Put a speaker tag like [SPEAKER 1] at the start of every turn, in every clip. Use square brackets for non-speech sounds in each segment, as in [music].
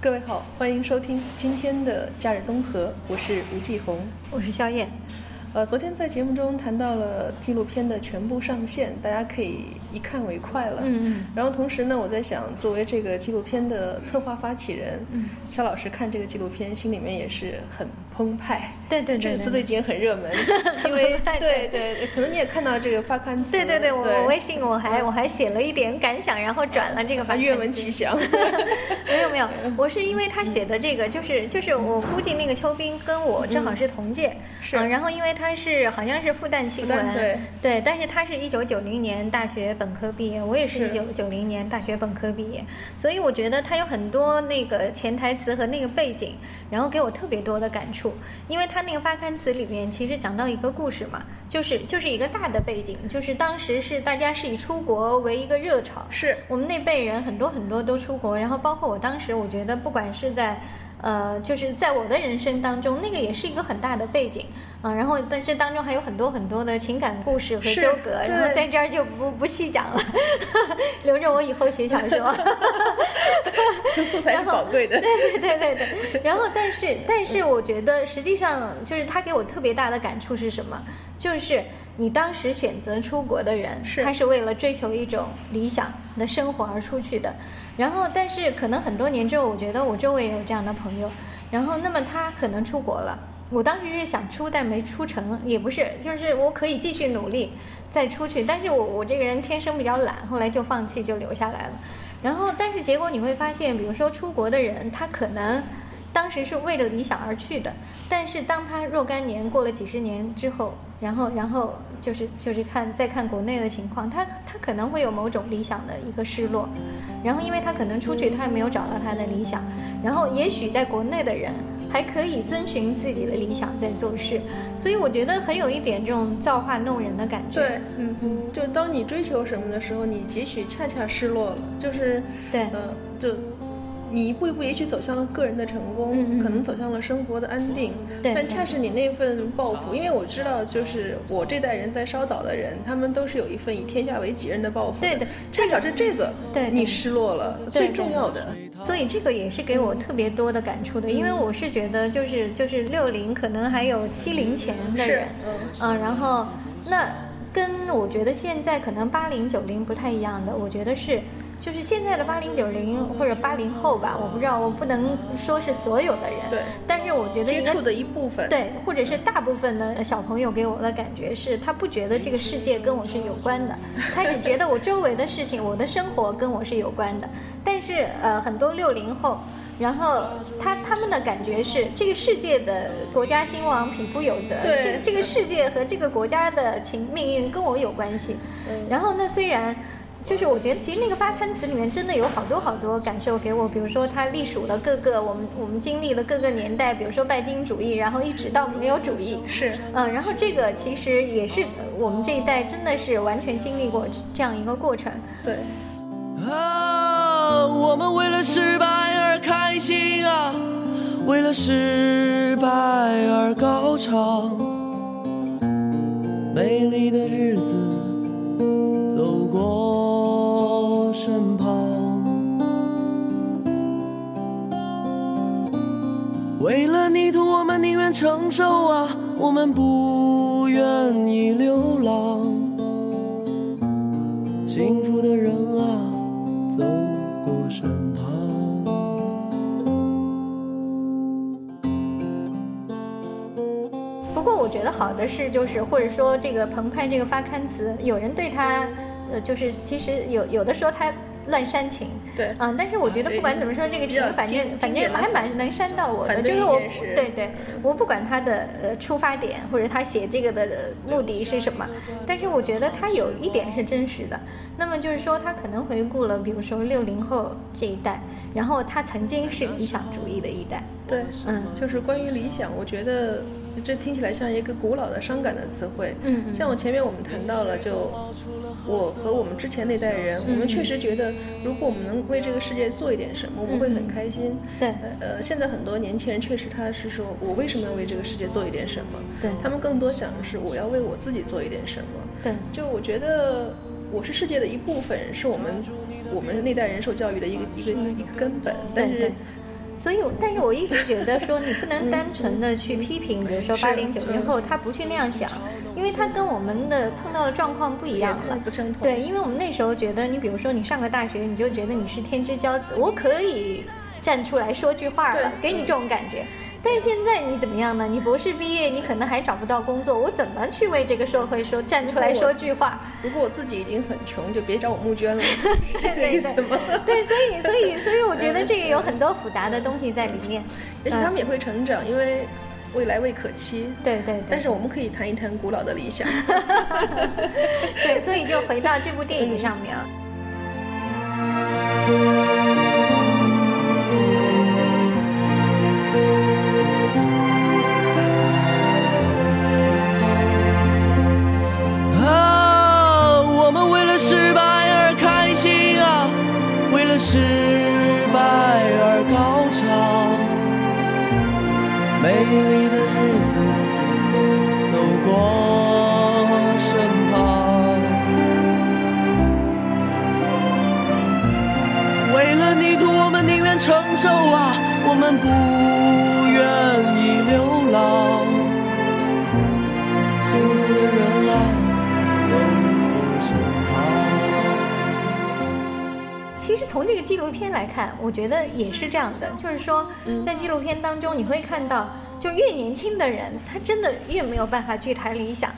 [SPEAKER 1] 各位好，欢迎收听今天的《假日东河》，我是吴继红。
[SPEAKER 2] 我是肖燕。
[SPEAKER 1] 呃，昨天在节目中谈到了纪录片的全部上线，大家可以一看为快了。
[SPEAKER 2] 嗯
[SPEAKER 1] 然后同时呢，我在想，作为这个纪录片的策划发起人，
[SPEAKER 2] 嗯
[SPEAKER 1] 肖老师看这个纪录片，心里面也是很澎湃。
[SPEAKER 2] 对对对
[SPEAKER 1] 这个词
[SPEAKER 2] 对
[SPEAKER 1] 最近也很热门，
[SPEAKER 2] [laughs]
[SPEAKER 1] 因为
[SPEAKER 2] 澎湃
[SPEAKER 1] 对
[SPEAKER 2] 对
[SPEAKER 1] 对，可能你也看到这个发刊词。
[SPEAKER 2] 对对对，我我微信我还
[SPEAKER 1] 嗯
[SPEAKER 2] 我还写了一点感想，然后转了这个
[SPEAKER 1] 啊，
[SPEAKER 2] 版
[SPEAKER 1] 愿
[SPEAKER 2] 权
[SPEAKER 1] 闻其
[SPEAKER 2] 信。
[SPEAKER 1] 详。
[SPEAKER 2] [laughs] 没有没有，我是因为他写的这个，就是就是我估计那个邱斌跟我正好是同届，
[SPEAKER 1] 是
[SPEAKER 2] 嗯然后因为他是好像是复旦新
[SPEAKER 1] 复旦
[SPEAKER 2] 闻，
[SPEAKER 1] 对
[SPEAKER 2] 但是他是一九九零年大学本科毕业，我也
[SPEAKER 1] 是
[SPEAKER 2] 是一九九零年大学本科毕业，所以我觉得他有很多那个潜台词和那个背景，然后给我特别多的感触，因为他那个发刊词里面其实讲到一个故事嘛，就是就是一个大的背景，就是当时是大家是以出国为一个热潮，
[SPEAKER 1] 是
[SPEAKER 2] 我们那辈人很多很多都出国，然后包括我当时，我觉得不管是在，呃，就是在我的人生当中，那个也是一个很大的背景啊、然后但是当中还有很多很多的情感故事和
[SPEAKER 1] 是
[SPEAKER 2] 纠葛，然后
[SPEAKER 1] 对
[SPEAKER 2] 在这儿就不不细讲了， [laughs] 留着我以后写小说。
[SPEAKER 1] [laughs] 素材是宝贵的。
[SPEAKER 2] 对对对对对。然后，但是但是，我觉得实际上就是他给我特别大的感触是什么？就是你当时选择出国的人，
[SPEAKER 1] 是
[SPEAKER 2] 他是为了追求一种理想的生活而出去的。然后，但是可能很多年之后，我觉得我周围也有这样的朋友。然后，那么他可能出国了。我当时是想出，但没出成，也不是，就是我可以继续努力再出去，但是我我这个人天生比较懒，后来就放弃，就留下来了。然后，但是结果你会发现，比如说出国的人，他可能当时是为了理想而去的，但是当他若干年过了几十年之后，然后然后就是就是看再看国内的情况，他他可能会有某种理想的一个失落，然后因为他可能出去，他也没有找到他的理想，然后也许在国内的人还可以遵循自己的理想在做事，所以我觉得很有一点这种造化弄人的感觉。
[SPEAKER 1] 对，
[SPEAKER 2] 嗯嗯，
[SPEAKER 1] 就当你追求什么的时候，你也许恰恰失落了，就是，
[SPEAKER 2] 对
[SPEAKER 1] 嗯、就你一步一步也许走向了个人的成功，
[SPEAKER 2] 嗯嗯嗯
[SPEAKER 1] 可能走向了生活的安定，
[SPEAKER 2] 对
[SPEAKER 1] 但恰是你那份抱负，因为我知道，就是我这代人在稍早的人，他们都是有一份以天下为己任的抱负的，
[SPEAKER 2] 对的
[SPEAKER 1] 恰巧是这个，
[SPEAKER 2] 对对
[SPEAKER 1] 你失落了，
[SPEAKER 2] 对
[SPEAKER 1] 最重要的，
[SPEAKER 2] 所以这个也是给我特别多的感触的，因为我是觉得就是就是六零可能还有七零前的
[SPEAKER 1] 是
[SPEAKER 2] 人，，
[SPEAKER 1] 嗯，
[SPEAKER 2] 嗯，然后那跟我觉得现在可能八零九零不太一样的，我觉得是就是现在的八零九零或者八零后吧，我不知道，我不能说是所有的人，
[SPEAKER 1] 对
[SPEAKER 2] 但是我觉得
[SPEAKER 1] 接
[SPEAKER 2] 一个
[SPEAKER 1] 触的一部分，
[SPEAKER 2] 对，或者是大部分的小朋友给我的感觉是，他不觉得这个世界跟我是有关的，他只觉得我周围的事情、我的生活跟我是有关的。但是呃，很多六零后，然后他他们的感觉是，这个世界的国家兴亡，匹夫有责。
[SPEAKER 1] 对
[SPEAKER 2] 这这个世界和这个国家的情命运跟我有关系。
[SPEAKER 1] 嗯
[SPEAKER 2] 然后呢，虽然。就是我觉得，其实那个发刊词里面真的有好多好多感受给我，比如说它隶属了各个我们我们经历了各个年代，比如说拜金主义，然后一直到没有主义，
[SPEAKER 1] 是
[SPEAKER 2] 嗯，然后这个其实也是呃我们这一代真的是完全经历过这这样一个过程，
[SPEAKER 1] 对，
[SPEAKER 3] 啊，我们为了失败而开心啊，为了失败而高唱。美丽的日子走过身旁，为了泥土，我们宁愿承受啊，我们不愿意流浪。幸福的人啊，走过身旁。
[SPEAKER 2] 不过我觉得好的是，就是或者说这个澎湃这个发刊词，有人对他，呃，就是其实有有的说他乱煽情。
[SPEAKER 1] 对
[SPEAKER 2] 嗯，但是我觉
[SPEAKER 1] 啊
[SPEAKER 2] 得
[SPEAKER 1] 对
[SPEAKER 2] 不管怎么说，这个
[SPEAKER 1] 比
[SPEAKER 2] 情
[SPEAKER 1] 较
[SPEAKER 2] 反
[SPEAKER 1] 经
[SPEAKER 2] 正反
[SPEAKER 1] 经
[SPEAKER 2] 正
[SPEAKER 1] 典的
[SPEAKER 2] 还蛮能煽到我
[SPEAKER 1] 反
[SPEAKER 2] 的，
[SPEAKER 1] 对
[SPEAKER 2] 就是我
[SPEAKER 1] 意见是
[SPEAKER 2] 对对，我不管他的呃出发点或者他写这个的呃目的是什么，但是我觉得他有一点是真实的，那么就是说他可能回顾了，比如说六零后这一代，然后他曾经是理想主义的一代，
[SPEAKER 1] 对，
[SPEAKER 2] 嗯，
[SPEAKER 1] 就是关于理想，我觉得这听起来像一个古老的伤感的词汇。
[SPEAKER 2] 嗯嗯
[SPEAKER 1] 像我前面我们谈到了，就我和我们之前那代人，我们确
[SPEAKER 2] 嗯
[SPEAKER 1] 实觉得，如果我们能为这个世界做一点什么，我们会很开心。
[SPEAKER 2] 嗯对
[SPEAKER 1] 呃呃，现在很多年轻人确实他是说我为什么要为这个世界做一点什么？
[SPEAKER 2] 对
[SPEAKER 1] 他们更多想的是我要为我自己做一点什么。
[SPEAKER 2] 对。
[SPEAKER 1] 就我觉得我是世界的一部分，是我们我们那代人受教育的一个一个一个根本，但
[SPEAKER 2] 对
[SPEAKER 1] 是
[SPEAKER 2] 对。所以，但是我一直觉得说，你不能
[SPEAKER 1] 嗯
[SPEAKER 2] 单纯的去批评，比如说八零九零后，他不去那样想，因为他跟我们的碰到的状况不一样了。
[SPEAKER 1] 不相同。
[SPEAKER 2] 对，因为我们那时候觉得，你比如说你上个大学，你就觉得你是天之骄子，我可以站出来说句话了，
[SPEAKER 1] 对
[SPEAKER 2] 给你这种感觉。但是现在你怎么样呢？你博士毕业，你可能还找不到工作，我怎么去为这个社会说站出来说句话？
[SPEAKER 1] 如果我自己已经很穷，就别找我募捐
[SPEAKER 2] [laughs]
[SPEAKER 1] 了，是这个意思吗？
[SPEAKER 2] 对，嗯所以所以
[SPEAKER 1] [laughs]
[SPEAKER 2] 所以我觉得这个有很多复杂的东西在里面。
[SPEAKER 1] 也许他们也会成长，因为未来未可期。
[SPEAKER 2] 对对对
[SPEAKER 1] 但是我们可以谈一谈古老的理
[SPEAKER 2] [laughs]
[SPEAKER 1] 想。
[SPEAKER 2] 对，所以就回到这部电影
[SPEAKER 1] 嗯
[SPEAKER 2] 上面啊。
[SPEAKER 3] 啊，我们为了失败而开心啊，为了失败而高潮。美丽的日子走过身旁，为了泥土，我们宁愿承受啊，我们不愿意流浪。幸福的人啊。走过身旁。
[SPEAKER 2] 其实从这个纪录片来看，我觉得也是这样的，就是说，在纪录片当中你会看到，就越年轻的人，他真的越没有办法去谈理想。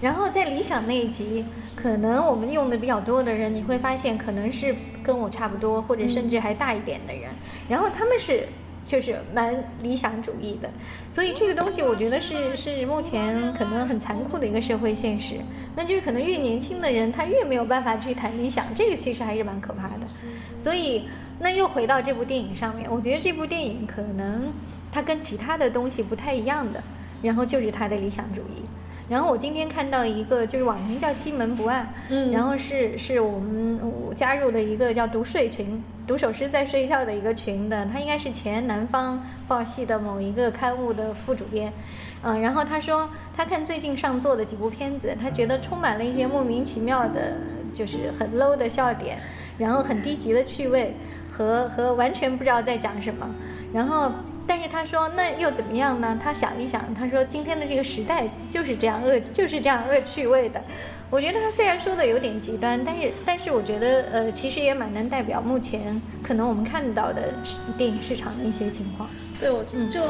[SPEAKER 2] 然后在理想那一集，可能我们用的比较多的人，你会发现可能是跟我差不多，或者甚至还大一点的人，然后他们是就是蛮理想主义的，所以这个东西我觉得是是目前可能很残酷的一个社会现实，那就是可能越年轻的人他越没有办法去谈理想，这个其实还是蛮可怕的。所以那又回到这部电影上面，我觉得这部电影可能它跟其他的东西不太一样的，然后就是它的理想主义。然后我今天看到一个，就是网名叫西门不爱，
[SPEAKER 1] 嗯
[SPEAKER 2] 然后是是我们我加入的一个叫读睡群，读首诗在睡觉的一个群的，他应该是前南方报系的某一个刊物的副主编，嗯、然后他说他看最近上座的几部片子，他觉得充满了一些莫名其妙的，就是很 low 的笑点，然后很低级的趣味和和完全不知道在讲什么，然后。但是他说，那又怎么样呢？他想一想，他说今天的这个时代就是这样恶，就是这样恶趣味的。我觉得他虽然说的有点极端，但是但是我觉得呃，其实也蛮能代表目前可能我们看到的市电影市场的一些情况。
[SPEAKER 1] 对，我
[SPEAKER 2] 嗯
[SPEAKER 1] 就、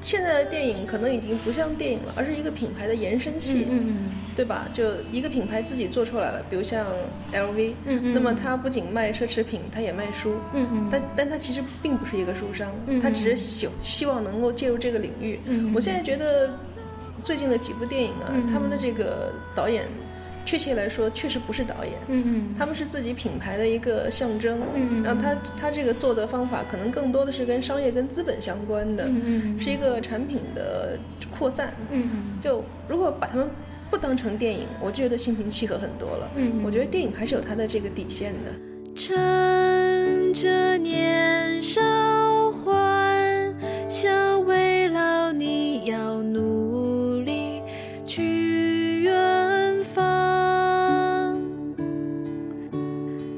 [SPEAKER 1] 现在的电影可能已经不像电影了，而是一个品牌的延伸系。
[SPEAKER 2] 嗯
[SPEAKER 1] 对吧？就一个品牌自己做出来了，比如像 LV，
[SPEAKER 2] 嗯嗯
[SPEAKER 1] 那么它不仅卖奢侈品，它也卖书，
[SPEAKER 2] 嗯嗯
[SPEAKER 1] 但但它其实并不是一个书商，
[SPEAKER 2] 嗯嗯
[SPEAKER 1] 它只是希希望能够介入这个领域。
[SPEAKER 2] 嗯嗯
[SPEAKER 1] 我现在觉得最近的几部电影啊，
[SPEAKER 2] 嗯嗯
[SPEAKER 1] 他们的这个导演，确切来说确实不是导演，
[SPEAKER 2] 嗯
[SPEAKER 1] 他们是自己品牌的一个象征。
[SPEAKER 2] 嗯嗯
[SPEAKER 1] 然后他他这个做的方法，可能更多的是跟商业跟资本相关的，
[SPEAKER 2] 嗯嗯
[SPEAKER 1] 是一个产品的扩散。
[SPEAKER 2] 嗯
[SPEAKER 1] 就如果把他们不当成电影，我觉得心平气和很多了。
[SPEAKER 2] 嗯
[SPEAKER 1] 我觉得电影还是有它的这个底线的。
[SPEAKER 4] 趁着年少欢笑，为了你要努力去远方。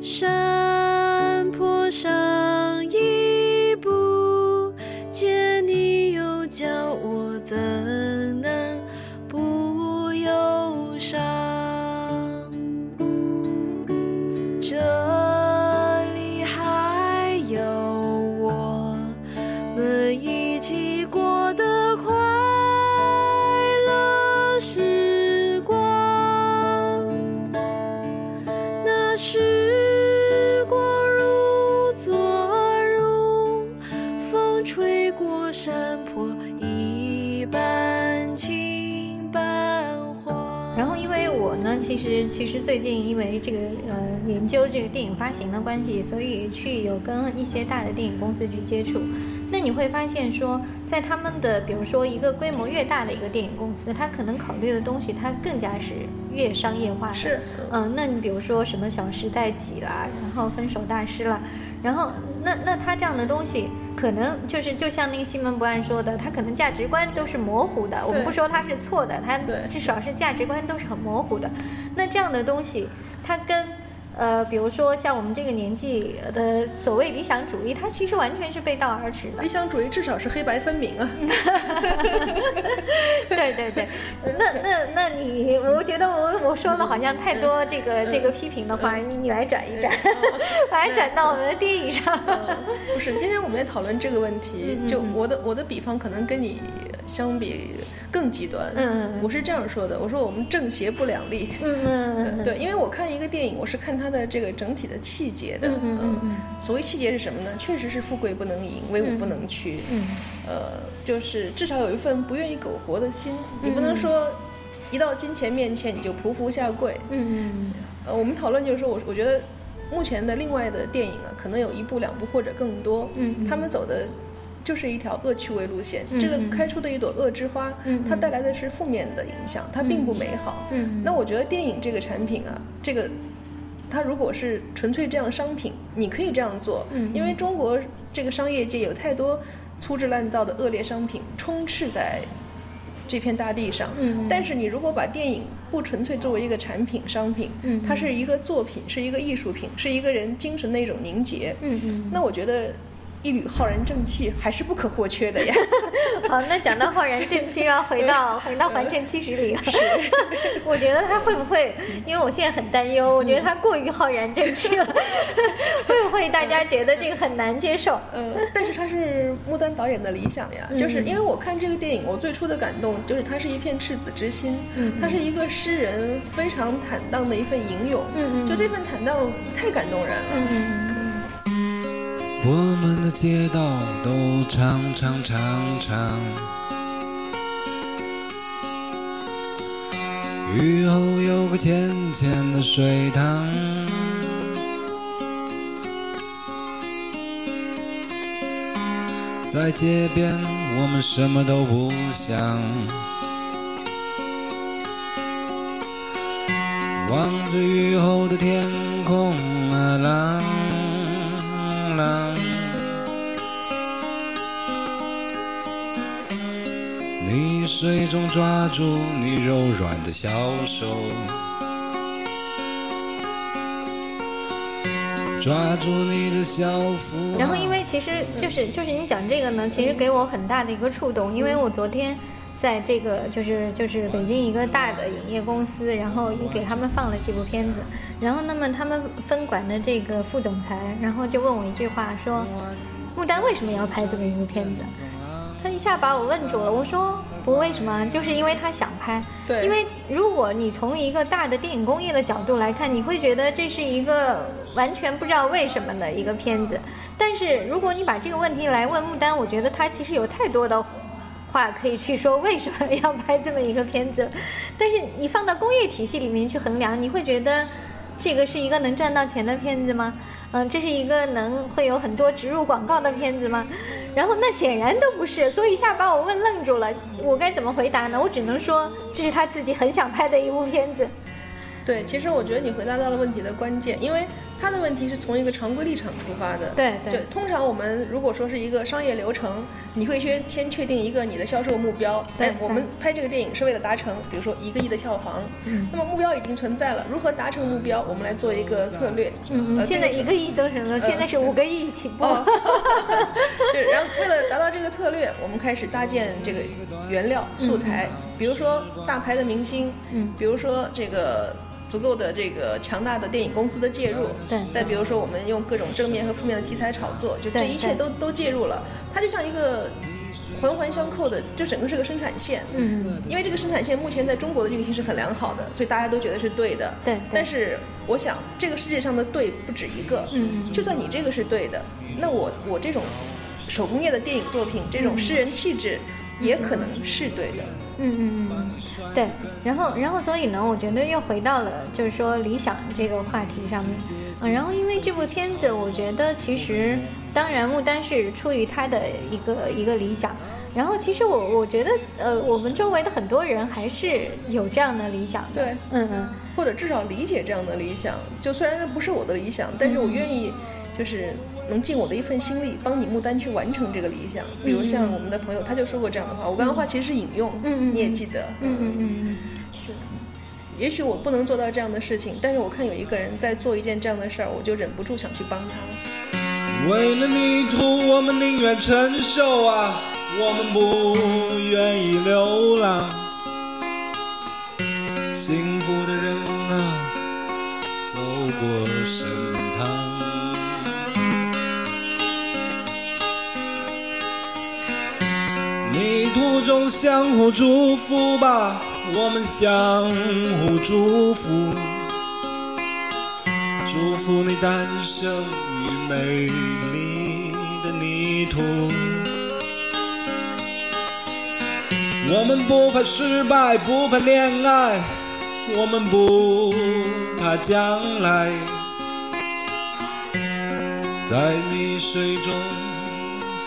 [SPEAKER 4] 山坡上一步见你又叫我怎能不忧伤？这里还有我们一起过的快乐时光，那时光如昨如风吹过山坡一般轻般缓。
[SPEAKER 2] 然后因为我呢，其实其实最近因为这个呃研究这个电影发行的关系，所以去有跟一些大的电影公司去接触。那你会发现说，在他们的比如说一个规模越大的一个电影公司，它可能考虑的东西它更加是越商业化的。
[SPEAKER 1] 是
[SPEAKER 2] 嗯，那你比如说什么《小时代》几啦，然后《分手大师》啦，然后那那他这样的东西，可能就是就像那个西门不按说的，他可能价值观都是模糊的。我们
[SPEAKER 1] 对
[SPEAKER 2] 不说他是错的，他
[SPEAKER 1] 对
[SPEAKER 2] 至少是价值观都是很模糊的。那这样的东西，它跟呃，比如说像我们这个年纪的所谓理想主义，它其实完全是背道而驰的
[SPEAKER 1] 理。想主义至少是黑白分明啊，
[SPEAKER 2] [laughs] 对对对，那那那你，我觉得我我说了好像太多这个、这个批评的话，你你来转一转， [laughs] 把它转到我们的电影上。
[SPEAKER 1] [laughs] 不是，今天我们也讨论这个问题。
[SPEAKER 2] 嗯
[SPEAKER 1] 就我的我的比方可能跟你相比更极端。
[SPEAKER 2] 嗯嗯
[SPEAKER 1] 我是这样说的，我说我们正邪不两立。呃
[SPEAKER 2] 嗯嗯
[SPEAKER 1] 对，因为我看一个电影，我是看它的这个整体的气节的。
[SPEAKER 2] 嗯嗯嗯嗯
[SPEAKER 1] 所谓气节是什么呢？确实是富贵不能淫，威武不能屈。
[SPEAKER 2] 嗯
[SPEAKER 1] 呃，就是至少有一份不愿意苟活的心，你不
[SPEAKER 2] 嗯
[SPEAKER 1] 能说一到金钱面前你就匍匐下跪。
[SPEAKER 2] 嗯
[SPEAKER 1] 呃，我们讨论就是说，我我觉得目前的另外的电影啊，可能有一部、两部或者更多，
[SPEAKER 2] 嗯嗯
[SPEAKER 1] 他们走的就是一条恶趣味路线。这个
[SPEAKER 2] 嗯嗯
[SPEAKER 1] 开出的一朵恶之花，
[SPEAKER 2] 嗯
[SPEAKER 1] 它带来的是负面的影响，它并不美好。
[SPEAKER 2] 嗯
[SPEAKER 1] 那我觉得电影这个产品啊，这个。它如果是纯粹这样商品，你可以这样做，
[SPEAKER 2] 嗯嗯
[SPEAKER 1] 因为中国这个商业界有太多粗制滥造的恶劣商品充斥在这片大地上。
[SPEAKER 2] 嗯
[SPEAKER 1] 但是你如果把电影不纯粹作为一个产品商品，
[SPEAKER 2] 嗯
[SPEAKER 1] 它是一个作品，是一个艺术品，是一个人精神的一种凝结。
[SPEAKER 2] 嗯嗯。
[SPEAKER 1] 那我觉得一缕浩然正气还是不可或缺的呀。 [laughs]
[SPEAKER 2] [laughs] 好，那讲到浩然正气，要回 [laughs] 到回到《环城七十里》嗯 [laughs] 我觉得他会不会？因为我现在很担忧，我觉得他过于浩然正气 [laughs] 了，会不会大家觉得这个很难接受？
[SPEAKER 1] 嗯，但是它是穆丹导演的理想
[SPEAKER 2] 嗯
[SPEAKER 1] 呀，就是因为我看这个电影，我最初的感动就是它是一片赤子之心，
[SPEAKER 2] 嗯
[SPEAKER 1] 它是一个诗人非常坦荡的一份吟咏，
[SPEAKER 2] 嗯嗯
[SPEAKER 1] 就这份坦荡太感动人了。
[SPEAKER 5] 我们的街道都长长长长，雨后有个浅浅的水塘，在街边我们什么都不想，望着雨后的天空啊朗朗。你水中抓住你柔软的小手，抓住你的小腹啊。
[SPEAKER 2] 然后，因为其实就是就是你讲这个呢，其实给我很大的一个触动，因为我昨天在这个就是就是北京一个大的影业公司，然后也给他们放了这部片子，然后那么他们分管的这个副总裁，然后就问我一句话说，穆丹为什么要拍这么一部片子？他一下把我问住了，我说不为什么，就是因为他想拍。
[SPEAKER 1] 对
[SPEAKER 2] 因为如果你从一个大的电影工业的角度来看，你会觉得这是一个完全不知道为什么的一个片子。但是如果你把这个问题来问穆丹，我觉得他其实有太多的话可以去说为什么要拍这么一个片子。但是你放到工业体系里面去衡量，你会觉得这个是一个能赚到钱的片子吗？嗯，这是一个能会有很多植入广告的片子吗？然后那显然都不是，所以一下把我问愣住了，我该怎么回答呢？我只能说这是他自己很想拍的一部片子。
[SPEAKER 1] 对，其实我觉得你回答到了问题的关键，因为他的问题是从一个常规立场出发的。
[SPEAKER 2] 对对
[SPEAKER 1] 对，通常我们如果说是一个商业流程，你会先先确定一个你的销售目标。
[SPEAKER 2] 对
[SPEAKER 1] 哎，我
[SPEAKER 2] 对
[SPEAKER 1] 们拍这个电影是为了达成，比如说一个亿的票房。
[SPEAKER 2] 嗯
[SPEAKER 1] 那么目标已经存在了，如何达成目标？我们来做一个策略。
[SPEAKER 2] 嗯，
[SPEAKER 1] 呃
[SPEAKER 2] 现在一个亿都什么时候？现在是五个亿起步。
[SPEAKER 1] 哦，对，然后为了达到这个策略，我们开始搭建这个原料素材，比如说大牌的明星，
[SPEAKER 2] 嗯
[SPEAKER 1] 比如说这个足够的这个强大的电影公司的介入，
[SPEAKER 2] 对
[SPEAKER 1] 再比如说我们用各种正面和负面的题材炒作，就这
[SPEAKER 2] 对
[SPEAKER 1] 一切
[SPEAKER 2] 对
[SPEAKER 1] 都都介入了，它就像一个环环相扣的，就整个是个生产线，
[SPEAKER 2] 嗯，
[SPEAKER 1] 因为这个生产线目前在中国的运行是很良好的，所以大家都觉得是对的。
[SPEAKER 2] 对对
[SPEAKER 1] 但是我想，这个世界上的对不止一个。
[SPEAKER 2] 嗯
[SPEAKER 1] 就算你这个是对的，那我我这种手工业的电影作品，这种诗人气质，也可能是对的。
[SPEAKER 2] 嗯嗯嗯，嗯，对，然后然后所以呢，我觉得又回到了就是说理想这个话题上面，嗯，然后因为这部片子，我觉得其实当然穆丹是出于他的一个一个理想，然后其实我我觉得呃，我们周围的很多人还是有这样的理想的，
[SPEAKER 1] 对
[SPEAKER 2] 嗯嗯。
[SPEAKER 1] 或者至少理解这样的理想。就虽然那不是我的理想，但是我愿意，就是能尽我的一份心力，帮你牡丹去完成这个理想。比如像我们的朋友，他就说过这样的话，我刚刚话其实是引用，
[SPEAKER 2] 嗯嗯嗯
[SPEAKER 1] 你也记得，
[SPEAKER 2] 嗯嗯嗯嗯，是。
[SPEAKER 1] 也许我不能做到这样的事情，但是我看有一个人在做一件这样的事儿，我就忍不住想去帮他了。
[SPEAKER 5] 为了泥土，我们宁愿承受啊，我们不愿意流浪。幸福的人啊，走过身旁。泥土中相互祝福吧，我们相互祝福。祝福你诞生于美丽的泥土。我们不怕失败，不怕恋爱，我们不怕将来。在泥水中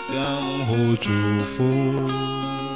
[SPEAKER 5] 相互祝福。